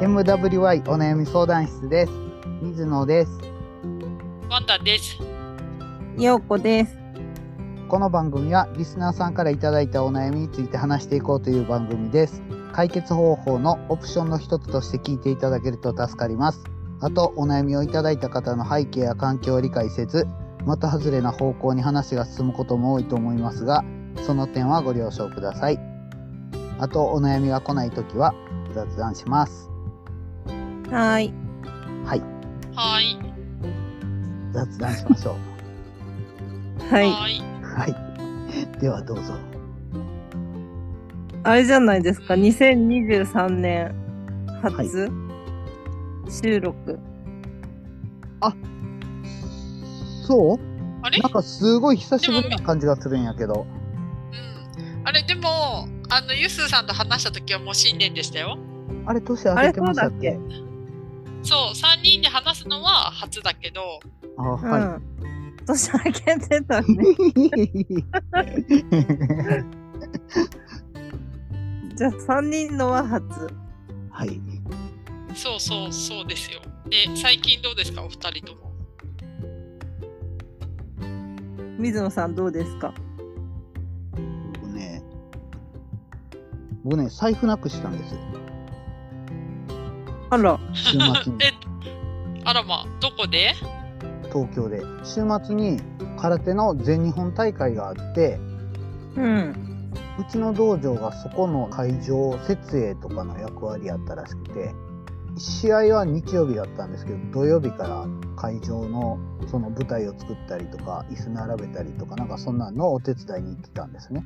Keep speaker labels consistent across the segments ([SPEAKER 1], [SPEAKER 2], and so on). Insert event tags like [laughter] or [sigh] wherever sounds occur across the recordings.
[SPEAKER 1] MWY お悩み相談室です。水野です。
[SPEAKER 2] ワンダです。
[SPEAKER 3] ようこです。
[SPEAKER 1] この番組はリスナーさんからいただいたお悩みについて話していこうという番組です。解決方法のオプションの一つとして聞いていただけると助かります。あと、お悩みをいただいた方の背景や環境を理解せず、的外れな方向に話が進むことも多いと思いますが、その点はご了承ください。あと、お悩みが来ないときは雑談します。
[SPEAKER 3] はーい。
[SPEAKER 1] はい、
[SPEAKER 2] はーい。
[SPEAKER 1] 雑談しましょう。 [laughs]
[SPEAKER 3] は
[SPEAKER 2] い。
[SPEAKER 3] い。
[SPEAKER 1] はい。ではどうぞ。
[SPEAKER 3] あれじゃないですか。2023年
[SPEAKER 1] はい
[SPEAKER 3] 初収録。
[SPEAKER 1] そう
[SPEAKER 2] あれ
[SPEAKER 1] なんかすごい久しぶりな感じがするんやけど。
[SPEAKER 2] うん。あれ、でも、あの、ゆすさんと話した時はもう新年でしたよ。
[SPEAKER 1] あれ、年明けてましたっ
[SPEAKER 3] あ
[SPEAKER 1] け
[SPEAKER 3] れ
[SPEAKER 2] そう、3人で話すのは初だけど、
[SPEAKER 1] あ
[SPEAKER 3] う
[SPEAKER 1] は
[SPEAKER 3] ん。年明けてたね。 [laughs]
[SPEAKER 1] い。
[SPEAKER 3] じゃあ3人のは初。
[SPEAKER 1] はい。
[SPEAKER 2] そうそう、そうですよ。で、最近どうですか、お二人とも。
[SPEAKER 3] 水野さんどうですか
[SPEAKER 1] 僕ね、僕ね、財布なくしたんです。
[SPEAKER 3] あら。
[SPEAKER 1] 週末
[SPEAKER 2] [laughs]
[SPEAKER 1] に
[SPEAKER 2] え、あらま、どこで
[SPEAKER 1] 東京で。週末に空手の全日本大会があって、
[SPEAKER 3] うん。
[SPEAKER 1] うちの道場がそこの会場設営とかの役割やったらしくて試合は日曜日だったんですけど土曜日から会場のその舞台を作ったりとか椅子並べたりとかなんかそんなのをお手伝いに行ってたんですね。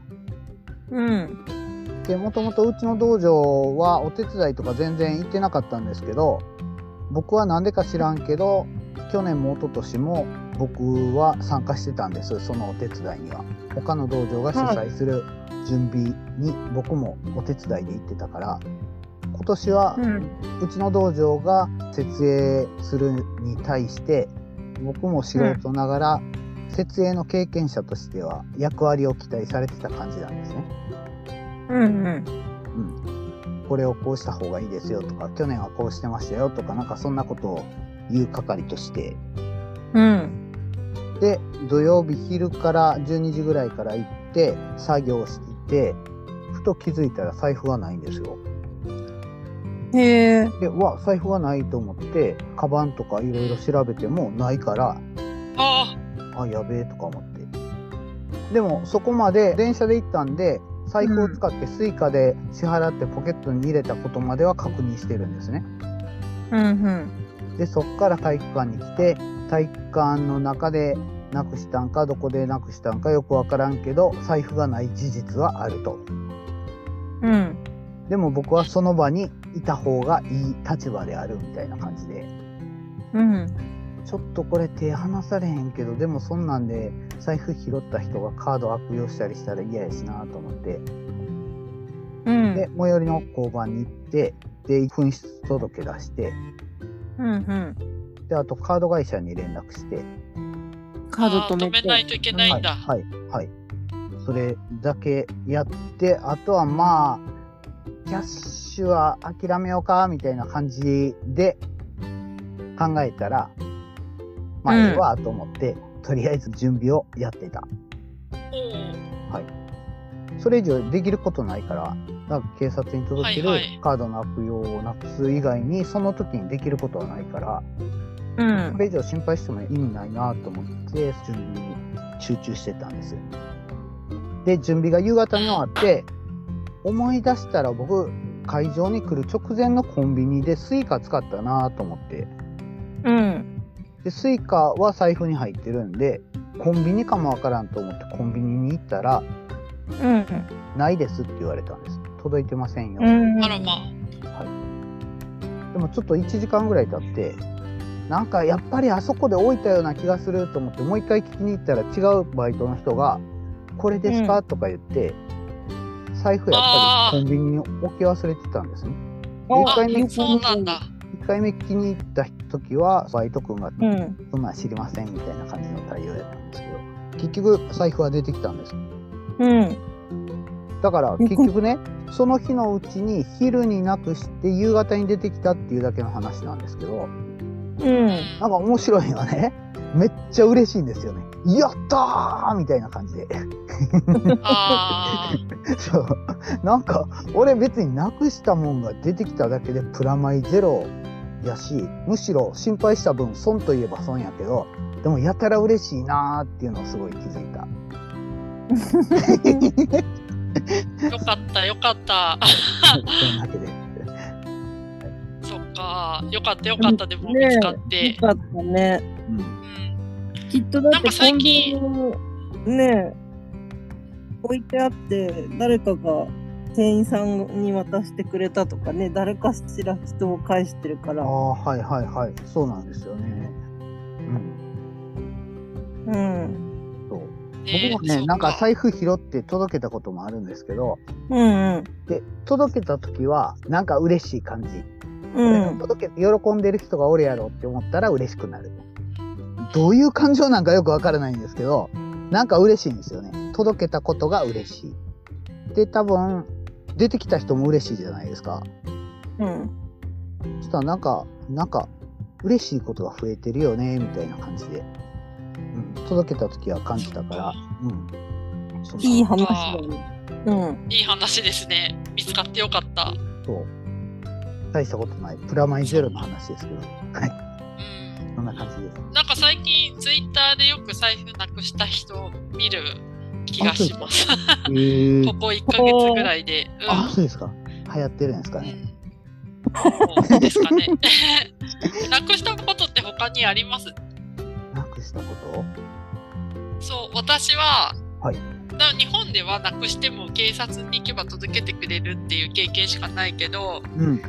[SPEAKER 3] うん。
[SPEAKER 1] でもともとうちの道場はお手伝いとか全然行ってなかったんですけど僕は何でか知らんけど去年も一昨年も僕は参加してたんですそのお手伝いには他の道場が主催する準備に僕もお手伝いで行ってたから今年は
[SPEAKER 3] うん。
[SPEAKER 1] うちの道場が設営するに対して僕も素人ながら設営の経験者としては役割を期待されてた感じなんですね。
[SPEAKER 3] うんうん。
[SPEAKER 1] これをこうした方がいいですよとか去年はこうしてましたよとかなんかそんなことを言う係として
[SPEAKER 3] うん。
[SPEAKER 1] で土曜日昼から12時ぐらいから行って作業していてふと気づいたら財布がないんですよ。
[SPEAKER 3] へえ。
[SPEAKER 1] でうわ財布がないと思ってカバンとかいろいろ調べてもないから
[SPEAKER 2] あ
[SPEAKER 1] あやべえとか思ってでもそこまで電車で行ったんで財布を使ってスイカで支払ってポケットに入れたことまでは確認してるんですね。
[SPEAKER 3] うん
[SPEAKER 1] でそっから体育館に来て体育館の中でなくしたんかどこでなくしたんかよくわからんけど財布がない事実はあると
[SPEAKER 3] うん。うん。
[SPEAKER 1] でも僕はその場にいた方がいい立場であるみたいな感じで
[SPEAKER 3] うん。
[SPEAKER 1] ちょっとこれ手離されへんけどでもそんなんで財布拾った人がカード悪用したりしたら嫌やしなと思って
[SPEAKER 3] うん。
[SPEAKER 1] で最寄りの交番に行ってで紛失届出して
[SPEAKER 3] うん
[SPEAKER 1] であとカード会社に連絡して
[SPEAKER 3] うん。
[SPEAKER 2] あ、
[SPEAKER 3] カード止め
[SPEAKER 2] 止めな
[SPEAKER 3] て。
[SPEAKER 2] いといけないんだ。
[SPEAKER 1] はい、はい、はい。それだけやって、あとはまあ、キャッシュは諦めようか、みたいな感じで考えたら、まあ、
[SPEAKER 3] うん
[SPEAKER 1] ええわ、と思って、とりあえず準備をやってた。
[SPEAKER 2] おー
[SPEAKER 1] それ以上できることないから、なんか警察に届ける
[SPEAKER 2] はいはい
[SPEAKER 1] カードの悪用をなくす以外に、その時にできることはないから、
[SPEAKER 3] う
[SPEAKER 1] こ
[SPEAKER 3] ん。
[SPEAKER 1] れ以上心配しても意味ないなと思って準備に集中してたんですよで準備が夕方に終わって思い出したら僕会場に来る直前のコンビニでスイカ使ったなと思って
[SPEAKER 3] うん。
[SPEAKER 1] でスイカは財布に入ってるんでコンビニかもわからんと思ってコンビニに行ったら
[SPEAKER 3] うん。
[SPEAKER 1] 「ないです」って言われたんです届いてませんよ、
[SPEAKER 3] うん。
[SPEAKER 2] あらま。
[SPEAKER 1] でもちょっと1時間ぐらい経ってなんかやっぱりあそこで置いたような気がすると思ってもう一回聞きに行ったら違うバイトの人が「これですか?」とか言って財布やっぱりコンビニに置き忘れてたんですね。
[SPEAKER 3] あ
[SPEAKER 1] 一
[SPEAKER 2] あ
[SPEAKER 1] 回目、
[SPEAKER 2] そうなんだ。
[SPEAKER 1] 1回目聞きに行った時はバイト君が
[SPEAKER 3] う
[SPEAKER 1] 「
[SPEAKER 3] ん。
[SPEAKER 1] そんなん知りません」みたいな感じの対応やったんですけど結局財布は出てきたんです。
[SPEAKER 3] うん。
[SPEAKER 1] だから
[SPEAKER 3] く
[SPEAKER 1] 結局ねその日のうちに昼になくして夕方に出てきたっていうだけの話なんですけど
[SPEAKER 3] うん。
[SPEAKER 1] なんか面白いのはねめっちゃ嬉しいんですよね。やったーみたいな感じで。 [laughs]
[SPEAKER 2] あー
[SPEAKER 1] そうなんか俺別になくしたもんが出てきただけでプラマイゼロやしむしろ心配した分損といえば損やけどでもやたら嬉しいなーっていうのをすごい気づいた。 [laughs]
[SPEAKER 2] よかったよかった。
[SPEAKER 1] そんなわけで
[SPEAKER 2] そっかよかったよかったでも
[SPEAKER 3] ねえ
[SPEAKER 2] 見つかって。
[SPEAKER 3] よかったね。
[SPEAKER 1] うん
[SPEAKER 2] うん
[SPEAKER 3] きっとだ
[SPEAKER 2] な
[SPEAKER 3] っ
[SPEAKER 2] んか
[SPEAKER 3] てコ
[SPEAKER 2] 最
[SPEAKER 3] ンビニ
[SPEAKER 2] 近
[SPEAKER 3] にね置いてあって誰かが店員さんに渡してくれたとかね誰かしら人を返してるか
[SPEAKER 1] あ
[SPEAKER 3] ら。
[SPEAKER 1] あはいはいはいそうなんですよね。うん、
[SPEAKER 3] うん。
[SPEAKER 1] そう
[SPEAKER 2] ね
[SPEAKER 1] 僕も
[SPEAKER 2] そ
[SPEAKER 1] ね
[SPEAKER 2] っ
[SPEAKER 1] なんか財布拾って届けたこともあるんですけど
[SPEAKER 3] うんうん。
[SPEAKER 1] で届けた時はなんか嬉しい感じ、
[SPEAKER 3] うん。
[SPEAKER 1] 届けて喜んでる人がおるやろって思ったら嬉しくなるどういう感情なんかよくわからないんですけどなんか嬉しいんですよね届けたことが嬉しいで多分出てきた人も嬉しいじゃないですか
[SPEAKER 3] うん。
[SPEAKER 1] そしたらなんかなんか嬉しいことが増えてるよねみたいな感じで、うん、届けた時は感じたから、うん、そんない
[SPEAKER 3] い話だね。うん。
[SPEAKER 2] いい話ですね。見つかってよかった。
[SPEAKER 1] そう大したことないプラマイゼロの話ですけどはい
[SPEAKER 2] うん。
[SPEAKER 1] そんな感じです
[SPEAKER 2] なんか最近ツイッターでよく財布なくした人を見る気がします。
[SPEAKER 1] えー
[SPEAKER 2] ここ1ヶ月ぐらいで。うん
[SPEAKER 1] あ、そうですか。流行ってるんですかね。
[SPEAKER 2] うんそうですかね。 [laughs] なくしたことって他にあります
[SPEAKER 1] なくしたこ
[SPEAKER 2] そう、私は、
[SPEAKER 1] はい
[SPEAKER 2] だから日本ではなくしても警察に行けば届けてくれるっていう経験しかないけど、
[SPEAKER 1] と。うん。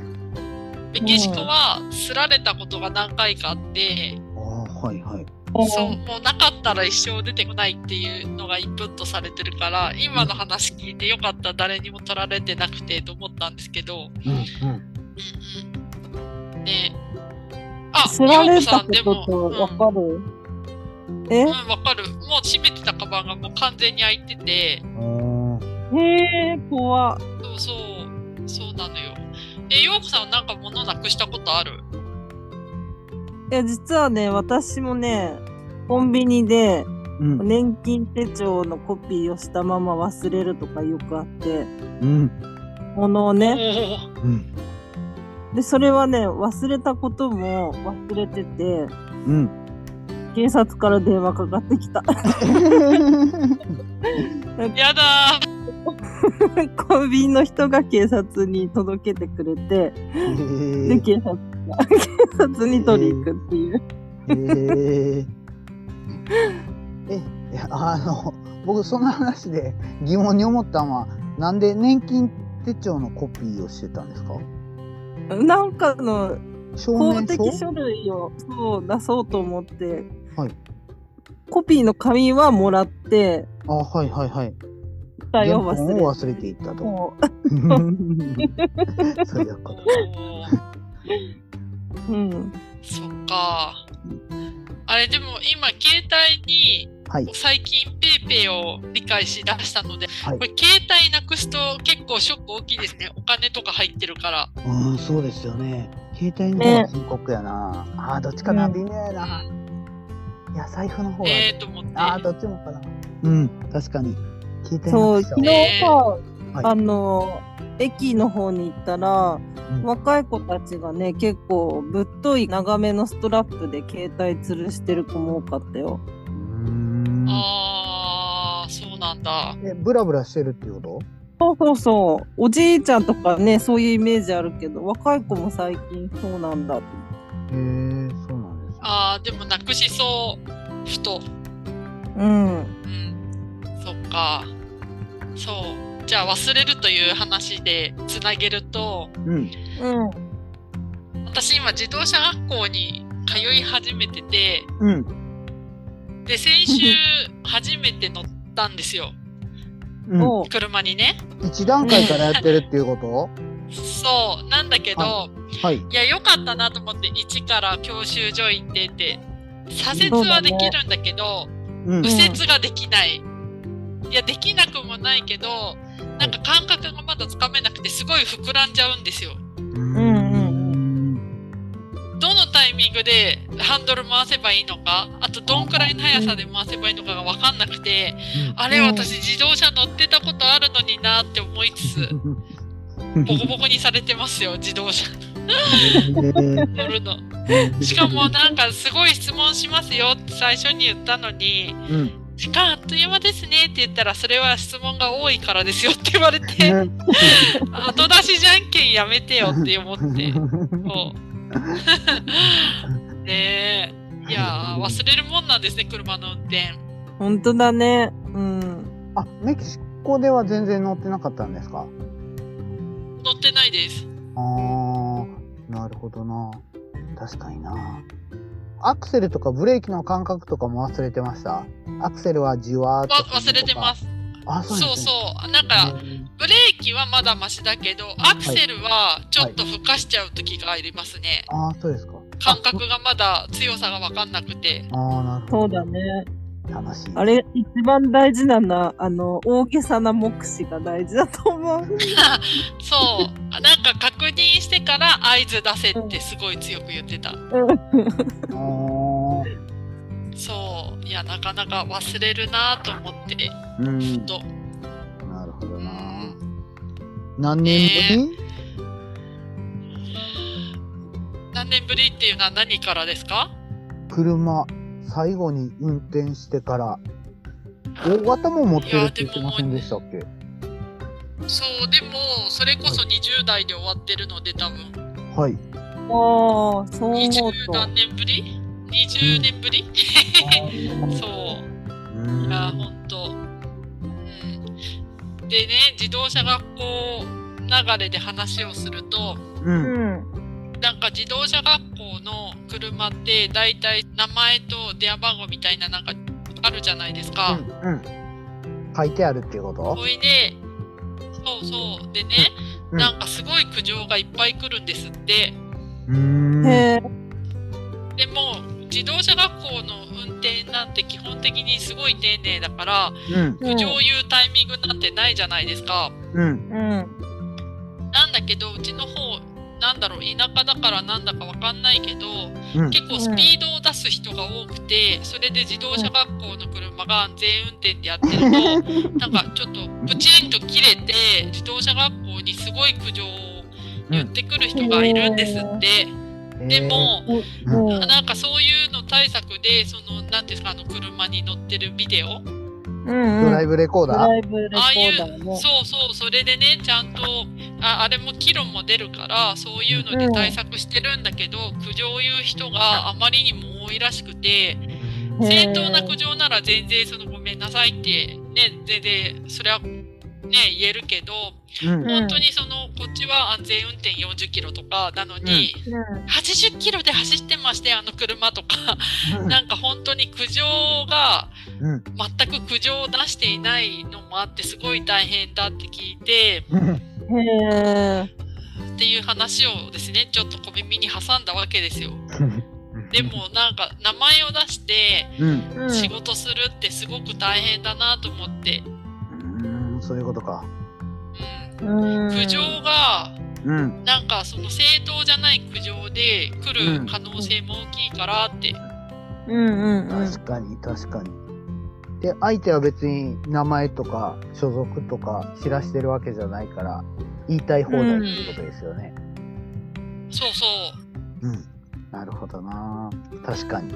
[SPEAKER 2] メキシコはすられたことが何回かあって、
[SPEAKER 1] ああ、はいはい。
[SPEAKER 2] そう、もうなかったら一生出てこないっていうのがインプットされてるから、今の話聞いてよかった、誰にも取られてなくてと思ったんですけ
[SPEAKER 1] うんう
[SPEAKER 2] ど、
[SPEAKER 1] ん。
[SPEAKER 2] うんうん。ねあ、
[SPEAKER 3] すら
[SPEAKER 2] よう
[SPEAKER 3] れ
[SPEAKER 2] こさ
[SPEAKER 3] た
[SPEAKER 2] ん
[SPEAKER 3] こ
[SPEAKER 2] で
[SPEAKER 3] と
[SPEAKER 2] も
[SPEAKER 3] と
[SPEAKER 2] うん
[SPEAKER 3] わかる、え
[SPEAKER 2] うん、わかる。もう閉めてたカバンがもう完全に開いてて、
[SPEAKER 1] おー
[SPEAKER 3] へえ怖
[SPEAKER 2] そうそう、そうなのよ。え、ようこさんはなんか物なくしたことある
[SPEAKER 3] いや実はね私もねコンビニで
[SPEAKER 1] うん。
[SPEAKER 3] 年金手帳のコピーをしたまま忘れるとかよくあって
[SPEAKER 1] うん。
[SPEAKER 3] 物をね
[SPEAKER 2] おー
[SPEAKER 1] うん。
[SPEAKER 3] でそれはね忘れたことも忘れてて
[SPEAKER 1] うん。
[SPEAKER 3] 警察から電話かかってきた [laughs]
[SPEAKER 2] やだー
[SPEAKER 3] コンビニの人が警察に届けてくれて
[SPEAKER 1] え
[SPEAKER 3] で
[SPEAKER 1] ー、
[SPEAKER 3] 警察が警察に取りに行くっていう、
[SPEAKER 1] えー、え、いやあの、僕その話で疑問に思ったのは、なんで年金手帳のコピーをしてたんですか
[SPEAKER 3] なんかの
[SPEAKER 1] 証
[SPEAKER 3] 公
[SPEAKER 1] 明
[SPEAKER 3] 的
[SPEAKER 1] 書
[SPEAKER 3] 書類をそう出そうと思って、
[SPEAKER 1] はい
[SPEAKER 3] コピーの紙はもらって
[SPEAKER 1] あ、はいはいはい。
[SPEAKER 3] だよ
[SPEAKER 1] 原
[SPEAKER 3] 忘
[SPEAKER 1] 本
[SPEAKER 3] れ
[SPEAKER 1] を忘れていったと。
[SPEAKER 3] も
[SPEAKER 1] [laughs] そういうこと。
[SPEAKER 2] おー
[SPEAKER 3] う、うん、
[SPEAKER 2] そっか。あれ、でも今、携帯に
[SPEAKER 1] はい。
[SPEAKER 2] 最近ペイペイを理解しだしたので、
[SPEAKER 1] はい
[SPEAKER 2] これ携帯なくすと結構ショック大きいですね。お金とか入ってるから。
[SPEAKER 1] うん、そうですよね。携帯の方
[SPEAKER 3] ね
[SPEAKER 1] が深刻やな。ああ、どっちかな、
[SPEAKER 3] うん
[SPEAKER 1] 微妙やな。いや、財布の方が。
[SPEAKER 2] ええと思って。
[SPEAKER 1] ああ、どっちもかな。うん、確かに。携帯
[SPEAKER 3] そう
[SPEAKER 1] の方が。
[SPEAKER 3] 昨日さ、
[SPEAKER 2] ね
[SPEAKER 1] はい
[SPEAKER 3] あの駅の方に行ったら、
[SPEAKER 1] うん
[SPEAKER 3] 若い子たちがね結構ぶっとい長めのストラップで携帯吊るしてる子も多かったよ。
[SPEAKER 1] うーん。
[SPEAKER 2] ああ、そうなんだ。
[SPEAKER 1] え、ブラブラしてるっていうこ
[SPEAKER 3] そうそうそうおじいちゃんとかねそういうイメージあるけど若い子も最近そうなんだって
[SPEAKER 1] とへえ、そうなんですね。
[SPEAKER 2] ああ、でもなくしそう。ふと。
[SPEAKER 3] うん
[SPEAKER 2] うん。そっか。そう。じゃあ忘れるという話でつなげると、
[SPEAKER 1] うん。
[SPEAKER 3] うん
[SPEAKER 2] 私今自動車学校に通い始めてて、
[SPEAKER 1] うん。
[SPEAKER 2] で、先週初めて乗ったんですよ。
[SPEAKER 1] うん。
[SPEAKER 3] おう
[SPEAKER 2] 車にね。
[SPEAKER 1] 一段階からやってるっていうこ
[SPEAKER 2] そう。なんだけど、
[SPEAKER 1] と。はい。
[SPEAKER 2] いや、良かったなと思って、一から教習所行ってて、左折はできるんだけど、
[SPEAKER 1] うん。
[SPEAKER 2] 右折ができない。いや、できなくもないけど、なんか感覚がまだつかめなくてすごい膨らんじゃうんですよ。
[SPEAKER 1] うん
[SPEAKER 3] うん
[SPEAKER 1] うん
[SPEAKER 2] どのタイミングでハンドル回せばいいのかあとどんくらいの速さで回せばいいのかが分かんなくてあれ
[SPEAKER 3] うん
[SPEAKER 2] 私自動車乗ってたことあるのになって思いつ
[SPEAKER 1] [laughs]
[SPEAKER 2] つボコボコにされてますよ自動車乗るの。
[SPEAKER 1] [laughs]
[SPEAKER 2] しかもなんかすごい質問しますよって最初に言ったのに
[SPEAKER 1] うん
[SPEAKER 2] 「時間あっという間ですね」って言ったら「それは質問が多いからですよ」って言われて
[SPEAKER 1] [laughs] ね
[SPEAKER 2] 「後出しじゃんけんやめてよ」って思
[SPEAKER 1] [laughs]
[SPEAKER 2] って。そう [laughs] ねえいやー忘れるもんなんですね車の運転
[SPEAKER 3] 本当だね。うん。
[SPEAKER 1] あメキシコでは全然乗ってなかったんですか
[SPEAKER 2] 乗ってないです
[SPEAKER 1] あーなるほどな確かになアクセルとかブレーキの感覚とかも忘れてましたアクセルはじわーっと
[SPEAKER 2] わ忘れてます
[SPEAKER 1] あそう
[SPEAKER 2] そう
[SPEAKER 1] う
[SPEAKER 2] そうなんかブレーキはまだマシだけどアクセルはちょっとふかしちゃう時がありますね
[SPEAKER 1] あーそうですか
[SPEAKER 2] 感覚がまだ強さが分かんなくて
[SPEAKER 1] あーなるほ
[SPEAKER 3] そうだね。
[SPEAKER 1] ど楽しい
[SPEAKER 3] あれ、一番大事なのは、あの、大げさな目視が大事だと思う。 [laughs]
[SPEAKER 2] そうあなんか確認してから合図出せってすごい強く言ってた
[SPEAKER 1] あー
[SPEAKER 2] そういやなかなか忘れるなと思って
[SPEAKER 1] うん
[SPEAKER 2] ふと
[SPEAKER 1] なるほど
[SPEAKER 2] う
[SPEAKER 1] なん何年ぶり、
[SPEAKER 2] 何年ぶりっていうのは何からですか
[SPEAKER 1] 車最後に運転してから大型も持ってるって言ってませんでしたっけ
[SPEAKER 2] そうでもそれこそ20代で終わってるので多分
[SPEAKER 1] はい
[SPEAKER 2] [laughs]
[SPEAKER 3] ああ、そう
[SPEAKER 2] 20
[SPEAKER 3] 思うと。
[SPEAKER 2] 何年ぶり ?20 年ぶりそううい
[SPEAKER 1] ん
[SPEAKER 2] やほんと、うん、でね自動車学校流れで話をすると
[SPEAKER 1] うん
[SPEAKER 3] うん。
[SPEAKER 2] なんか自動車学校の車って大体名前と電話番号みたいななんかあるじゃないですか。
[SPEAKER 1] うんうん書いてあるっていうこと
[SPEAKER 2] ほいで、そうそう。でね、
[SPEAKER 1] うん
[SPEAKER 2] なんかすごい苦情がいっぱい来るんですって。
[SPEAKER 1] うーん
[SPEAKER 3] へえ。
[SPEAKER 2] でも、自動車学校の運転なんて基本的にすごい丁寧だから、
[SPEAKER 1] うん
[SPEAKER 2] 苦情を言うタイミングなんてないじゃないですか。
[SPEAKER 1] うん
[SPEAKER 3] うん。
[SPEAKER 2] なんだけど、うちの方、なんだろう、田舎だからなんだかわかんないけど、
[SPEAKER 1] うん
[SPEAKER 2] 結構スピードを出す人が多くて、それで自動車学校の車が安全運転でやってると、
[SPEAKER 1] [laughs]
[SPEAKER 2] なんかちょっとプチンと切れて、自動車学校にすごい苦情を言ってくる人がいるんですって。でも、
[SPEAKER 1] うん
[SPEAKER 3] うん。
[SPEAKER 2] なんかそういうの対策で、その、なんていうんですか、あの車に乗ってるビデオ、
[SPEAKER 3] うん。
[SPEAKER 1] ドライブレコー
[SPEAKER 3] ブ
[SPEAKER 1] ダー
[SPEAKER 3] ライブレコ
[SPEAKER 2] ああい
[SPEAKER 3] ー
[SPEAKER 2] う
[SPEAKER 3] ダーね。
[SPEAKER 2] そうそう、それでね、ちゃんと、ああれもキロも出るから、そういうので対策してるんだけど、苦情を言う人があまりにも多いらしくて、
[SPEAKER 3] へー
[SPEAKER 2] 正当な苦情なら全然そのごめんなさいってね全然それはね言えるけど、
[SPEAKER 1] うん
[SPEAKER 2] 本当にそのこっちは安全運転40キロとかなのに、80キロで走ってましてあの車とかなんか本当に苦情が
[SPEAKER 1] うん
[SPEAKER 2] 全く苦情を出していないのもあってすごい大変だって聞いて
[SPEAKER 1] うん
[SPEAKER 3] うん。へえ。
[SPEAKER 2] っていう話をですねちょっと小耳に挟んだわけですよ。でもなんか名前を出して
[SPEAKER 1] うん
[SPEAKER 3] う
[SPEAKER 2] 仕事するってすごく大変だなと思って。
[SPEAKER 1] うーんそういうことか
[SPEAKER 2] うん
[SPEAKER 3] ん。
[SPEAKER 2] 苦情が
[SPEAKER 1] うん
[SPEAKER 2] なんかその正当じゃない苦情で来る可能性も大きいからって、
[SPEAKER 3] うんうんうん。
[SPEAKER 1] 確かに確かにで相手は別に名前とか所属とか知らしてるわけじゃないから言いたい放題っていうことですよね
[SPEAKER 2] そうそう
[SPEAKER 1] うん、なるほどな確かに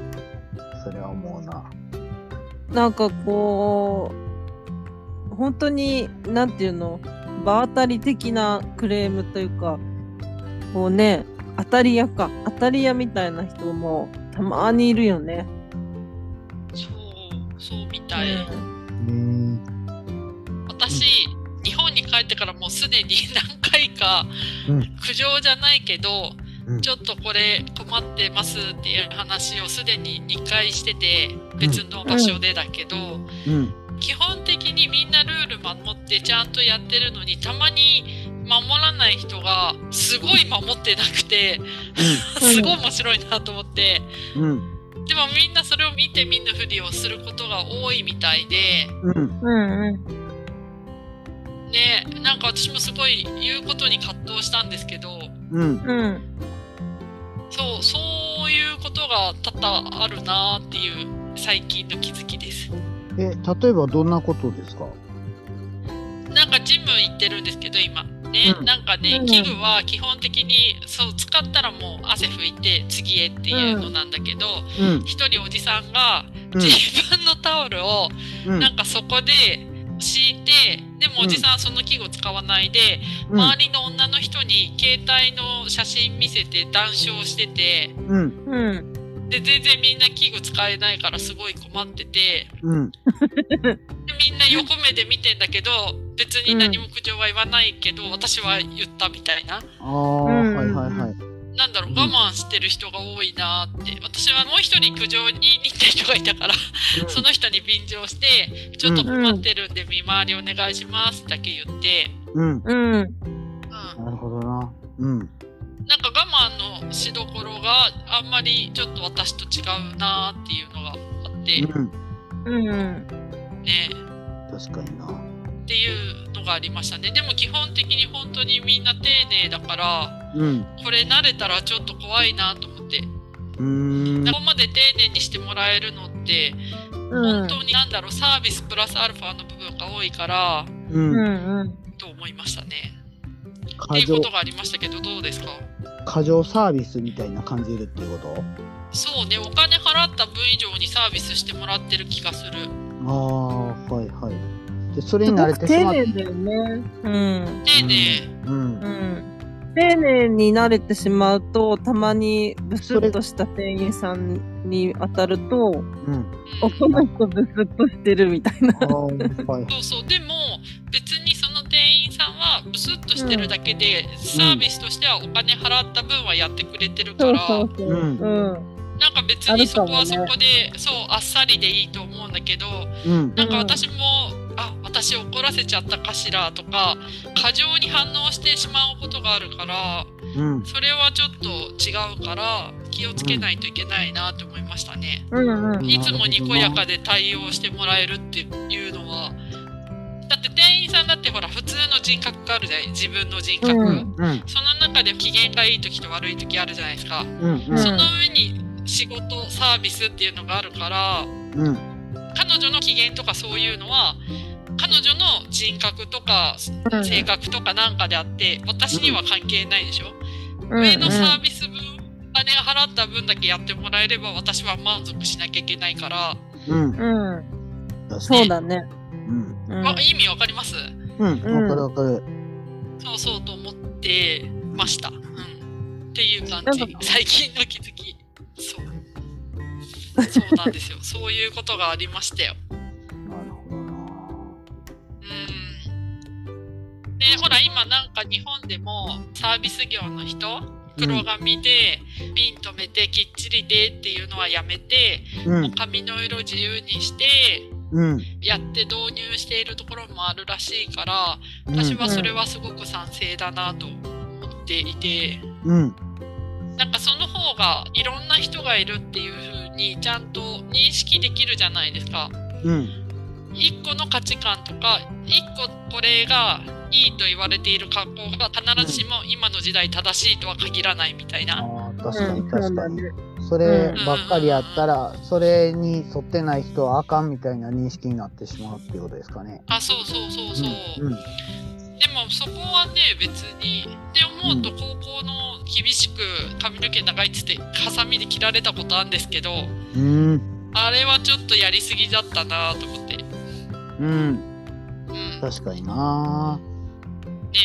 [SPEAKER 1] それは思うな
[SPEAKER 3] なんかこう本当になんていうの場当たり的なクレームというかこうね当たり屋か当たり屋みたいな人もたまにいるよね。
[SPEAKER 2] そうそうみたい、
[SPEAKER 1] うん
[SPEAKER 2] 私日本に帰ってからもうすでに何回か
[SPEAKER 1] うん
[SPEAKER 2] 苦情じゃないけど、
[SPEAKER 1] うん
[SPEAKER 2] ちょっとこれ困ってますっていう話をすでに2回してて別の場所でだけど、
[SPEAKER 1] うん
[SPEAKER 2] 基本的にみんなルール守ってちゃんとやってるのにたまに守らない人がすごい守ってなくてすごい面白いなと思って
[SPEAKER 1] うん
[SPEAKER 2] でもみんなそれを見て見ぬふりをすることが多いみたいで
[SPEAKER 1] うん
[SPEAKER 3] うんうん
[SPEAKER 2] ねなんか私もすごい言うことに葛藤したんですけど
[SPEAKER 1] うん。
[SPEAKER 3] うん。
[SPEAKER 2] そうそういうことが多々あるなっていう最近の気づきです
[SPEAKER 1] え、例えばどんなことですか
[SPEAKER 2] なんかジム行ってるんですけど今ね、
[SPEAKER 1] うん
[SPEAKER 2] なんかね、
[SPEAKER 3] うん
[SPEAKER 2] 器具は基本的にそう使ったらもう汗拭いて次へっていうのなんだけど
[SPEAKER 1] うん。
[SPEAKER 2] 一、人おじさんが自分のタオルを
[SPEAKER 1] うん。
[SPEAKER 2] なんかそこで敷いてでもおじさんその器具を使わないで、
[SPEAKER 1] うん。
[SPEAKER 2] 周りの女の人に携帯の写真見せて談笑してて
[SPEAKER 1] うん。
[SPEAKER 3] うん。
[SPEAKER 2] で全然みんな器具使えないからすごい困ってて
[SPEAKER 1] うん。
[SPEAKER 2] でみんな横目で見てんだけど別に何も苦情は言わないけど、私は言ったみたいな。
[SPEAKER 1] ああ、
[SPEAKER 3] うん
[SPEAKER 1] はいはいはい。
[SPEAKER 2] なんだろう
[SPEAKER 1] うん
[SPEAKER 2] 我慢してる人が多いなって私はもう一人苦情に似た人がい
[SPEAKER 1] [laughs]
[SPEAKER 2] たからその人に便乗してちょっと困ってるんで見回りお願いしますだけ言って、
[SPEAKER 1] うん。
[SPEAKER 3] うん。
[SPEAKER 2] うん、
[SPEAKER 1] なるほどな。うん。
[SPEAKER 2] なんか我慢のしどころがあんまりちょっと私と違うなっていうのがあって
[SPEAKER 1] うん。
[SPEAKER 3] うん。
[SPEAKER 2] ね
[SPEAKER 1] 確かにな。
[SPEAKER 2] っていうのがありましたねでも基本的に本当にみんな丁寧だから
[SPEAKER 1] うん。
[SPEAKER 2] これ慣れたらちょっと怖いなと思って
[SPEAKER 1] うーん
[SPEAKER 2] こ。こまで丁寧にしてもらえるのって
[SPEAKER 3] うん
[SPEAKER 2] 本当に何だろうサービスプラスアルファの部分が多いから
[SPEAKER 3] う
[SPEAKER 1] うん。
[SPEAKER 3] ん。
[SPEAKER 2] と思いましたね。って
[SPEAKER 1] 過
[SPEAKER 2] いうこ
[SPEAKER 1] 剰、
[SPEAKER 2] とがありましたけどどうですか
[SPEAKER 1] 過剰サービスみたいな感じるっていうこと
[SPEAKER 2] そうねお金払った分以上にサービスしてもらってる気がする
[SPEAKER 1] ああ、はいはい。で、それ
[SPEAKER 3] す
[SPEAKER 1] に慣
[SPEAKER 3] ご
[SPEAKER 1] れ
[SPEAKER 3] く
[SPEAKER 1] てし
[SPEAKER 3] 丁
[SPEAKER 1] まっ
[SPEAKER 3] 寧だよね。うん。
[SPEAKER 2] 丁寧
[SPEAKER 1] うん
[SPEAKER 3] う。ん丁寧に慣れてしまうとたまにブスッとした店員さんに当たると
[SPEAKER 1] うん。
[SPEAKER 2] う
[SPEAKER 3] お
[SPEAKER 2] ん
[SPEAKER 3] この子ブスッとしてるみたいな。
[SPEAKER 1] ああ、はい。
[SPEAKER 2] そうそうでも別にその店員さんはブスッとしてるだけで、サービスとしてはお金払った分はやってくれてるか
[SPEAKER 3] そう
[SPEAKER 2] ら
[SPEAKER 3] そうそう。
[SPEAKER 1] う
[SPEAKER 3] うんん。
[SPEAKER 2] なんか別
[SPEAKER 3] あ
[SPEAKER 2] に
[SPEAKER 3] る
[SPEAKER 2] そ
[SPEAKER 3] か
[SPEAKER 2] こ
[SPEAKER 3] も
[SPEAKER 2] は
[SPEAKER 3] ね
[SPEAKER 2] そこで、そうあっさりでいいと思うんだけど
[SPEAKER 1] うん。
[SPEAKER 2] なんか
[SPEAKER 3] うん
[SPEAKER 2] 私も、あ私怒らせちゃったかしらとか過剰に反応してしまうことがあるから
[SPEAKER 1] うん。
[SPEAKER 2] それはちょっと違うから気をつけないといけないなと思いましたね。
[SPEAKER 3] うんうん。
[SPEAKER 2] いつもにこやかで対応してもらえるっていうのはだって店員さんだってほら普通の人格があるじゃない自分の人格、
[SPEAKER 3] うん
[SPEAKER 1] うん。
[SPEAKER 2] その中で機嫌がいい時と悪い時あるじゃないですか、
[SPEAKER 1] うん。
[SPEAKER 3] ん
[SPEAKER 2] その上に仕事サービスっていうのがあるから
[SPEAKER 1] うん。うん。
[SPEAKER 2] 彼女の機嫌とかそういうのは彼女の人格とか
[SPEAKER 3] うん
[SPEAKER 2] 性格とかなんかであって私には関係ないでしょ、
[SPEAKER 3] うん
[SPEAKER 2] 上のサービス分お金払った分だけやってもらえれば私は満足しなきゃいけないから、
[SPEAKER 1] うん。
[SPEAKER 3] うん。
[SPEAKER 1] 確かに
[SPEAKER 3] そうだね。
[SPEAKER 1] うん。
[SPEAKER 3] うん
[SPEAKER 2] あ意味わかります
[SPEAKER 1] うん。わかるわかる。
[SPEAKER 2] そうそうと思ってました、うん、っていう感じ
[SPEAKER 3] なんか
[SPEAKER 2] 最近の気づきそうそうなんですよ [laughs] そういうことがありましたよ
[SPEAKER 1] なるほどな。
[SPEAKER 2] うんでほら今なんか日本でもサービス業の人黒髪でピン止めてきっちりでっていうのはやめて
[SPEAKER 1] うん。
[SPEAKER 2] 髪の色自由にして
[SPEAKER 1] うん。
[SPEAKER 2] やって導入しているところもあるらしいから私はそれはすごく賛成だなと思っていて
[SPEAKER 1] うん。
[SPEAKER 2] なんかその方がいろんな人がいるっていう風にちゃんと認識できるじゃないですか。
[SPEAKER 1] うん。
[SPEAKER 2] 一個の価値観とか一個これがいいと言われている格好が必ずしも今の時代正しいとは限らないみたいな。
[SPEAKER 1] ああ、確か
[SPEAKER 3] う
[SPEAKER 1] に
[SPEAKER 3] んそ
[SPEAKER 1] 確
[SPEAKER 3] う
[SPEAKER 1] か
[SPEAKER 3] だ
[SPEAKER 1] に。
[SPEAKER 3] ね。
[SPEAKER 1] そればっかりやったら、それに沿ってない人はあかんみたいな認識になってしまうっていうことですかね。
[SPEAKER 2] あそうそうそうそう。
[SPEAKER 1] うん。
[SPEAKER 2] でもそこはね別にって思うと高校の厳しく髪の毛長いっつってハサミで切られたことあるんですけど
[SPEAKER 1] うん。
[SPEAKER 2] あれはちょっとやりすぎだったなと思って。
[SPEAKER 1] うん。
[SPEAKER 2] うん
[SPEAKER 1] 確かにな。
[SPEAKER 2] ね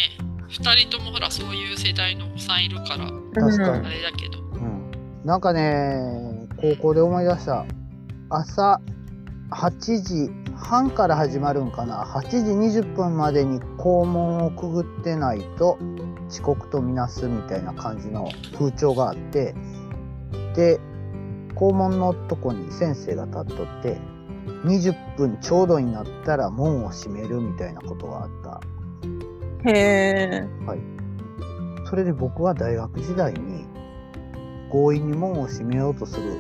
[SPEAKER 2] 2人ともほらそういう世代のお子さんいるから
[SPEAKER 1] 確か
[SPEAKER 2] あれだけど
[SPEAKER 1] うん。なんかね、高校で思い出した。朝8時半から始まるんかな。8時20分までに校門をくぐってないと遅刻とみなすみたいな感じの風潮があって、で、校門のとこに先生が立っとって、20分ちょうどになったら門を閉めるみたいなことがあった。
[SPEAKER 3] へえ。
[SPEAKER 1] それで僕は大学時代に強引に門を閉めようとする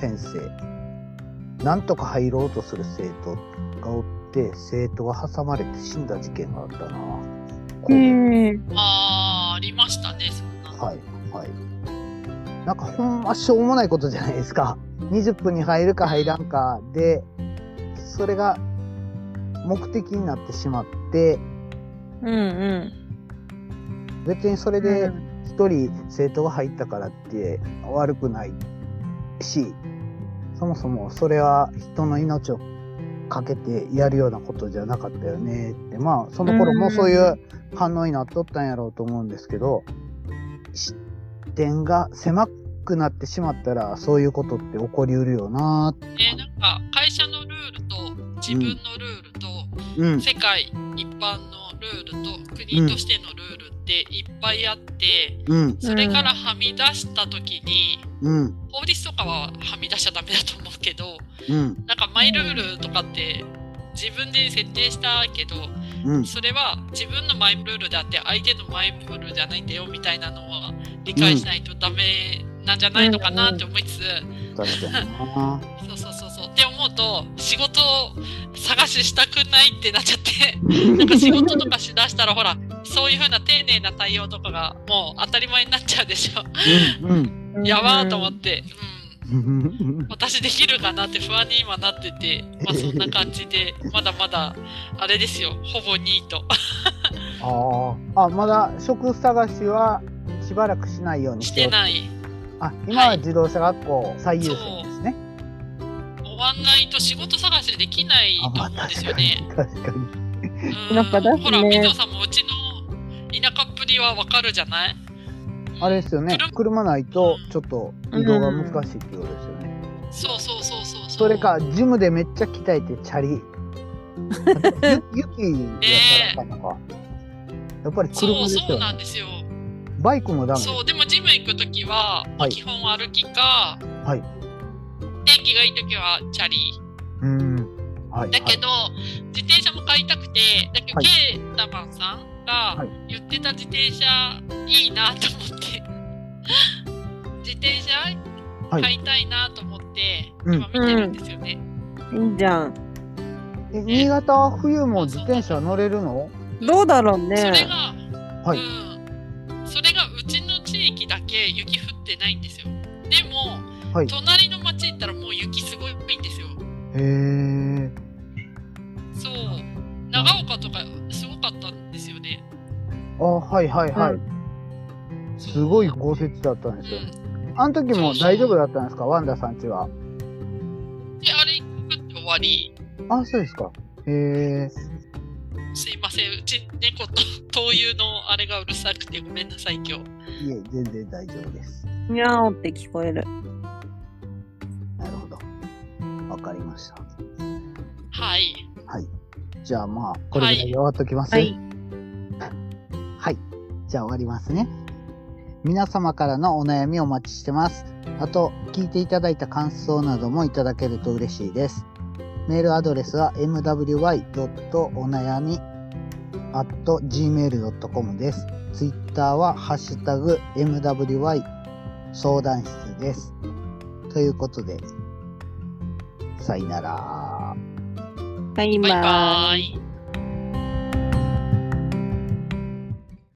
[SPEAKER 1] 先生なんとか入ろうとする生徒がおってで生徒が挟まれて死んだ事件があったな。
[SPEAKER 3] え
[SPEAKER 1] 神
[SPEAKER 3] え
[SPEAKER 2] あーありましたねそんな
[SPEAKER 1] 戸
[SPEAKER 2] の、
[SPEAKER 1] はい、はい。なんかほんましょうもないことじゃないですか。20分に入るか入らんかで、それが目的になってしまって、
[SPEAKER 3] うんうん。
[SPEAKER 1] 別にそれで
[SPEAKER 3] うん
[SPEAKER 1] 一人生徒が入ったからって悪くないしそもそもそれは人の命をかけてやるようなことじゃなかったよねってまあその頃もそういう反応になっとったんやろうと思うんですけど視点が狭くなってしまったらそういうことって起こりうるよなって
[SPEAKER 2] ねなんか会社のルールと自分のルールと、
[SPEAKER 1] うん
[SPEAKER 2] 世界一般のルールと国としてのルールっていっぱいあって、
[SPEAKER 1] うん
[SPEAKER 2] それからはみ出した時に
[SPEAKER 1] うん
[SPEAKER 2] 法律とかははみ出しちゃダメだと思うけど
[SPEAKER 1] うん
[SPEAKER 2] なんかマイルールとかって自分で設定したけど
[SPEAKER 1] うん
[SPEAKER 2] それは自分のマイルールであって相手のマイルールじゃないんだよみたいなのは理解しないとダメなんじゃないのかなって思いつつ、
[SPEAKER 1] 確かにな
[SPEAKER 2] そうそうそうそうって思うと仕事を探ししたくないってなっちゃって。
[SPEAKER 1] [laughs]
[SPEAKER 2] なんか仕事とかしだしたらほらそういうふうな丁寧な対応とかがもう当たり前になっちゃうでしょ。
[SPEAKER 1] うん
[SPEAKER 2] やばーと思って、うん、
[SPEAKER 1] うん
[SPEAKER 2] 私できるかなって不安に今なってて、まあ、そんな感じでまだまだあれですよほぼ2位と
[SPEAKER 1] ああ、あ、まだ職探しはしばらくしないように
[SPEAKER 2] して
[SPEAKER 1] い。
[SPEAKER 2] ない
[SPEAKER 1] あ、今は
[SPEAKER 2] はい
[SPEAKER 1] 自動車学校最優先ですね。
[SPEAKER 2] 終わんないと仕事探しできない
[SPEAKER 1] あ、
[SPEAKER 2] と
[SPEAKER 1] まあ
[SPEAKER 2] 思うんです
[SPEAKER 1] 確
[SPEAKER 2] よ
[SPEAKER 1] かに
[SPEAKER 2] ね。
[SPEAKER 1] [laughs] 確かに。
[SPEAKER 2] うん
[SPEAKER 3] なんかだってね
[SPEAKER 2] ほら水野さんもうちの田舎っぷりはわかるじゃない
[SPEAKER 1] あれですよね。車ないとちょっと移動が難しいってことですよね。
[SPEAKER 2] そうそうそうそうそう
[SPEAKER 1] それかジムでめっちゃ鍛えてチャ
[SPEAKER 2] [laughs]
[SPEAKER 1] リ。ゆ雪やったらあかんのか。やっぱり
[SPEAKER 2] そ
[SPEAKER 1] 車
[SPEAKER 2] う
[SPEAKER 1] です
[SPEAKER 2] そう
[SPEAKER 1] よ
[SPEAKER 2] なん
[SPEAKER 1] ね。
[SPEAKER 2] ですよ
[SPEAKER 1] バイクもダメ。
[SPEAKER 2] そうでもジム行く時は、まあ
[SPEAKER 1] はい
[SPEAKER 2] 基本歩きか、
[SPEAKER 1] はい
[SPEAKER 2] 天気がいい時はチャリ
[SPEAKER 1] うん。はい。
[SPEAKER 2] だけど、自転車も買いたくてだけど、
[SPEAKER 1] はい
[SPEAKER 2] ケータマンさん
[SPEAKER 1] は
[SPEAKER 2] が
[SPEAKER 1] い
[SPEAKER 2] 言ってた自転車いいなと思って、 [laughs] 自転車
[SPEAKER 1] はい
[SPEAKER 2] 買いたいなと思って、
[SPEAKER 1] うん
[SPEAKER 2] 今見てるんですよね、
[SPEAKER 3] いいじゃん。
[SPEAKER 1] はいえ新潟は冬も自転車乗れるの？
[SPEAKER 3] どうだろうね。
[SPEAKER 2] それが、
[SPEAKER 1] はい
[SPEAKER 2] うん、それがうちの地域だけ雪降ってないんですよでも、
[SPEAKER 1] はい
[SPEAKER 2] 隣の町行ったらもう雪すごいんですよ
[SPEAKER 1] へえ。
[SPEAKER 2] そう長岡とかすごかったんですよね
[SPEAKER 1] あ、はいはいはい。
[SPEAKER 3] う
[SPEAKER 1] すごい豪雪だったんですよ。
[SPEAKER 2] う
[SPEAKER 1] あの時も大丈夫だったんですか、ワンダさんちは。
[SPEAKER 2] ん、であれ行くって終わり
[SPEAKER 1] あ、そうですか。へえ。
[SPEAKER 2] すいません、うち猫と [laughs] 灯油のあれがうるさくてごめんなさい、今日。
[SPEAKER 1] いえ、全然大丈夫です。
[SPEAKER 3] にゃーって聞こえる。
[SPEAKER 1] なるほど。わかりました。
[SPEAKER 2] はい。
[SPEAKER 1] じゃあまあ、これぐらいで終わっときます。
[SPEAKER 3] はい。
[SPEAKER 1] はい。じゃあ終わりますね。皆様からのお悩みお待ちしてます。あと、聞いていただいた感想などもいただけると嬉しいです。メールアドレスは mwy.onayami gmail.com です。ツイッターはハッシュタグ mwy 相談室です。ということで、さよなら。
[SPEAKER 3] バイバ
[SPEAKER 2] バイ
[SPEAKER 3] ーイ。
[SPEAKER 2] バーイ。